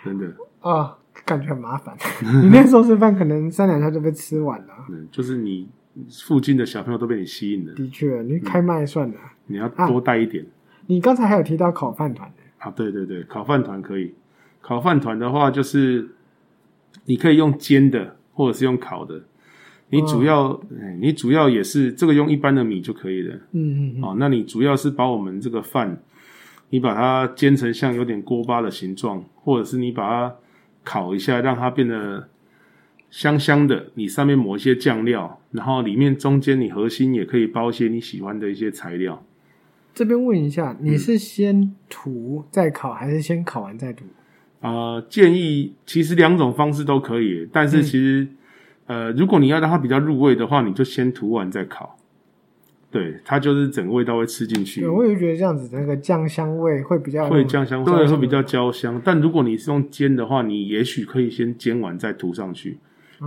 Speaker 1: 真的，
Speaker 2: 啊，感觉很麻烦。 [LAUGHS] 你那寿司饭可能三两下就被吃完了，
Speaker 1: 嗯，就是你附近的小朋友都被你吸引了，
Speaker 2: 的确，
Speaker 1: 嗯
Speaker 2: 你开麦算了。
Speaker 1: 你要
Speaker 2: 啊
Speaker 1: 多带一点
Speaker 2: 你刚才还有提到烤饭团，
Speaker 1: 啊对对对，烤饭团可以，烤饭团的话就是你可以用煎的，或者是用烤的。你主要，哎你主要也是这个用一般的米就可以了。
Speaker 2: 嗯嗯嗯，
Speaker 1: 哦，那你主要是把我们这个饭，你把它煎成像有点锅巴的形状，或者是你把它烤一下，让它变得香香的。你上面抹一些酱料，然后里面中间你核心也可以包一些你喜欢的一些材料。
Speaker 2: 这边问一下，
Speaker 1: 嗯
Speaker 2: 你是先涂再烤，还是先烤完再涂？
Speaker 1: 啊，建议其实两种方式都可以，但
Speaker 2: 嗯
Speaker 1: 是其实、呃，如果你要让它比较入味的话，你就先涂完再烤。对，它就是整个味道会吃进去。
Speaker 2: 对，我也觉得这样子那个酱香味会比较
Speaker 1: 会酱香，
Speaker 2: 焦
Speaker 1: 对，
Speaker 2: 香
Speaker 1: 会比较焦香。但如果你是用煎的话，你也许可以先煎完再涂上去，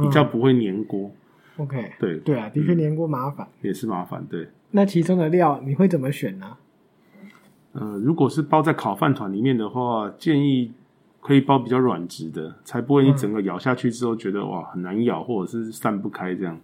Speaker 1: 比较嗯
Speaker 2: 嗯
Speaker 1: 不会粘锅。
Speaker 2: OK。
Speaker 1: 对，
Speaker 2: 对啊，的确粘锅麻烦。
Speaker 1: 也是麻烦。对，
Speaker 2: 那其中的料你会怎么选呢？
Speaker 1: 呃，如果是包在烤饭团里面的话，建议可以包比较软质的，才不会你
Speaker 2: 嗯
Speaker 1: 整个咬下去之后觉得哇很难咬，或者是散不开这样。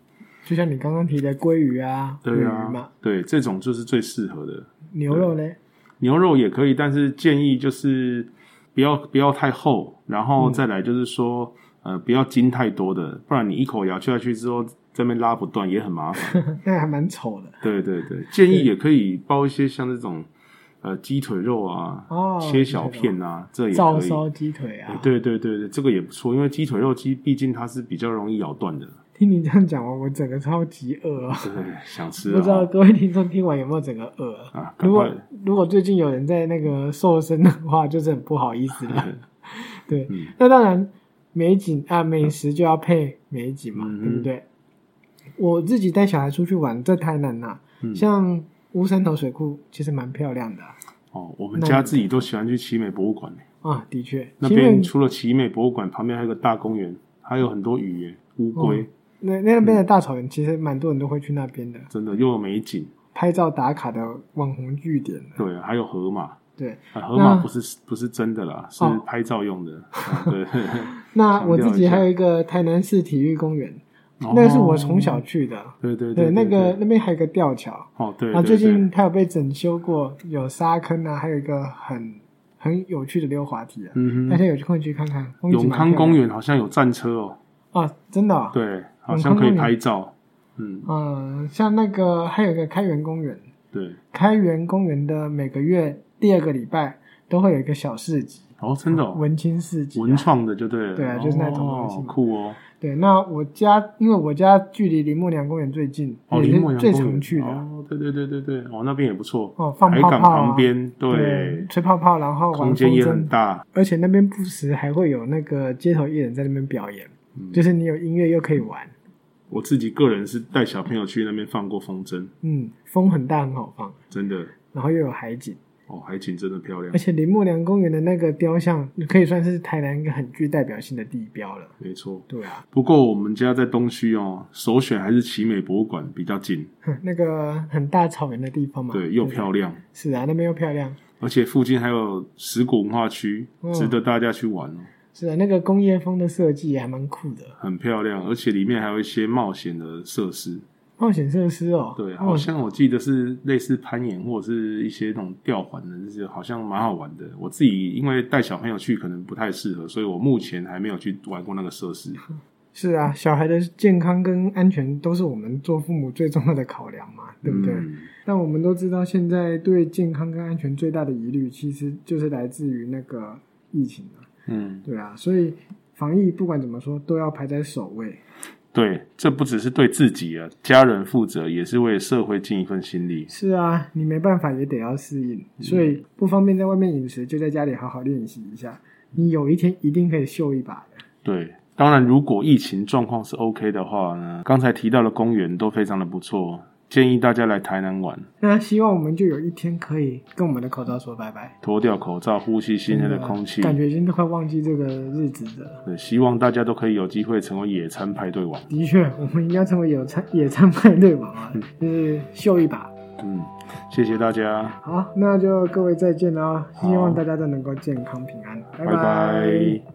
Speaker 2: 就像你刚刚提的鲑鱼啊、尾
Speaker 1: 对
Speaker 2: 鱼嘛
Speaker 1: 啊，，对，这种就是最适合的。
Speaker 2: 牛肉嘞，
Speaker 1: 牛肉也可以，但是建议就是不要不要太厚，然后再来就是说，呃，不要筋太多的，不然你一口咬下去之后，这边拉不断也很麻烦。
Speaker 2: 那还蛮丑的
Speaker 1: 对对对，建议也可以包一些像这种呃鸡腿肉啊，
Speaker 2: 哦。
Speaker 1: 切小片啊，这也
Speaker 2: 照
Speaker 1: 可以。
Speaker 2: 烧鸡腿啊，
Speaker 1: 对对对对，这个也不错，因为鸡腿肉鸡毕竟它是比较容易咬断的，
Speaker 2: 听你这样讲完，我整个超级饿哦。
Speaker 1: 对，想吃
Speaker 2: 不知道
Speaker 1: 啊
Speaker 2: 各位听众听完有没有整个饿
Speaker 1: 啊，
Speaker 2: 啊？
Speaker 1: 赶
Speaker 2: 如果
Speaker 1: 快
Speaker 2: 如果最近有人在那个瘦身的话，就是很不好意思了。 [LAUGHS] 对，
Speaker 1: 嗯
Speaker 2: 那当然美景啊，美食就要配美景嘛，
Speaker 1: 嗯哼
Speaker 2: 对不对？我自己带小孩出去玩，在台南呐、啊
Speaker 1: 嗯
Speaker 2: 像乌山头水库其实蛮漂亮的啊
Speaker 1: 哦，我们家自己都喜欢去奇美博物馆、欸、
Speaker 2: 啊的确。
Speaker 1: 那
Speaker 2: 奇美
Speaker 1: 边除了奇美博物馆，旁边还有个大公园，还有很多鱼耶、乌龟，
Speaker 2: 哦那那边
Speaker 1: 嗯
Speaker 2: 的大草原，其实蛮多人都会去那边的
Speaker 1: 真的又有美景，
Speaker 2: 拍照打卡的网红据点的。
Speaker 1: 对，啊还有河马。
Speaker 2: 对，
Speaker 1: 啊、河马
Speaker 2: 那
Speaker 1: 不是不是真的啦，是
Speaker 2: 嗯哦
Speaker 1: 拍照用的。啊对，
Speaker 2: 那我自
Speaker 1: 强调一
Speaker 2: 己
Speaker 1: 下
Speaker 2: 还有一个台南市体育公园， [LAUGHS] 那个是我从小去的。
Speaker 1: 哦对对
Speaker 2: 对，
Speaker 1: 对，
Speaker 2: 那个
Speaker 1: 对
Speaker 2: 那边还有个吊桥，
Speaker 1: 哦对
Speaker 2: 啊，
Speaker 1: 对
Speaker 2: 最
Speaker 1: 对
Speaker 2: 近它有被整修过，有沙坑啊，还有一个很很有趣的溜滑梯啊，
Speaker 1: 嗯
Speaker 2: 大
Speaker 1: 哼，
Speaker 2: 家有空去看看。风景
Speaker 1: 永
Speaker 2: 蛮
Speaker 1: 康
Speaker 2: 漂亮
Speaker 1: 公园好像有战车哦，
Speaker 2: 啊，真的、哦，，
Speaker 1: 对，好
Speaker 2: 永
Speaker 1: 像
Speaker 2: 康
Speaker 1: 可以
Speaker 2: 公园
Speaker 1: 拍照。嗯，
Speaker 2: 嗯，像那个还有一个开元公园，
Speaker 1: 对，
Speaker 2: 开元公园的每个月第二个礼拜都会有一个小市集，
Speaker 1: 哦，真的、哦，
Speaker 2: 文青市集啊、
Speaker 1: 文创的就对了。
Speaker 2: 对啊就是那种东西
Speaker 1: 哦
Speaker 2: 嘛
Speaker 1: 酷哦。
Speaker 2: 对，那我家因为我家距离林默娘公园最近，
Speaker 1: 哦，
Speaker 2: 也
Speaker 1: 林默
Speaker 2: 是
Speaker 1: 阳
Speaker 2: 最
Speaker 1: 公园
Speaker 2: 常去的。
Speaker 1: 哦，对对对对对，哦，那边也不错，
Speaker 2: 哦放
Speaker 1: 海
Speaker 2: 泡
Speaker 1: 港
Speaker 2: 泡啊
Speaker 1: 旁边，对，
Speaker 2: 吹泡泡，然后玩
Speaker 1: 空间
Speaker 2: 风
Speaker 1: 也
Speaker 2: 筝
Speaker 1: 很大，
Speaker 2: 而且那边不时还会有那个街头艺人在那边表演，
Speaker 1: 嗯
Speaker 2: 就是你有音乐又可以玩，
Speaker 1: 我自己个人是带小朋友去那边放过风筝，
Speaker 2: 嗯，风很大，很好放，
Speaker 1: 真的，
Speaker 2: 然后又有海景，
Speaker 1: 哦，海景真的漂亮
Speaker 2: 而，且林默娘公园的那个雕像可以算是台南一个很具代表性的地标了。
Speaker 1: 没错。
Speaker 2: 对啊，
Speaker 1: 不过我们家在东区哦，首选还是奇美博物馆比较近，
Speaker 2: 哼 [LAUGHS] 那个很大草原的地方嘛，
Speaker 1: 对，又
Speaker 2: 不
Speaker 1: 漂亮，
Speaker 2: 是啊，那边又漂亮，
Speaker 1: 而且附近还有石鼓文化区，
Speaker 2: 嗯
Speaker 1: 值得大家去玩哦，
Speaker 2: 是啊，那个工业风的设计也还蛮酷的，
Speaker 1: 很漂亮，而且里面还有一些冒险的设施，
Speaker 2: 冒险设施哦，
Speaker 1: 对，
Speaker 2: 哦
Speaker 1: 好，像我记得是类似攀岩或者是一些那种吊环的，就是好像蛮好玩的。我自己因为带小朋友去可能不太适合，所以我目前还没有去玩过那个设施。
Speaker 2: 是啊，小孩的健康跟安全都是我们做父母最重要的考量嘛， [LAUGHS] 对不对？
Speaker 1: 嗯
Speaker 2: 但我们都知道，现在对健康跟安全最大的疑虑，其实就是来自于那个疫情啊，
Speaker 1: 嗯，
Speaker 2: 对啊，所以防疫不管怎么说都要排在首位。
Speaker 1: 对，这不只是对自己啊，家人负责，也是为社会尽一份心力。
Speaker 2: 是啊，你没办法也得要适应，
Speaker 1: 嗯
Speaker 2: 所以不方便在外面饮食，就在家里好好练习一下，你有一天一定可以秀一把的。
Speaker 1: 对，当然如果疫情状况是 OK 的话呢，刚才提到的公园都非常的不错，建议大家来台南玩，
Speaker 2: 那希望我们就有一天可以跟我们的口罩说拜拜。
Speaker 1: 脱掉口罩，呼吸新鲜的
Speaker 2: 真
Speaker 1: 空气。
Speaker 2: 感觉已经都快忘记这个日子了。
Speaker 1: 对希望大家都可以有机会成为野餐派对王。
Speaker 2: 的确，我们应该成为野餐野餐派对王啊，就是秀一把。
Speaker 1: 嗯，谢谢大家，
Speaker 2: 好，那就各位再见了啊！希
Speaker 1: 好
Speaker 2: 望大家都能够健康平安，
Speaker 1: 拜
Speaker 2: 拜
Speaker 1: 拜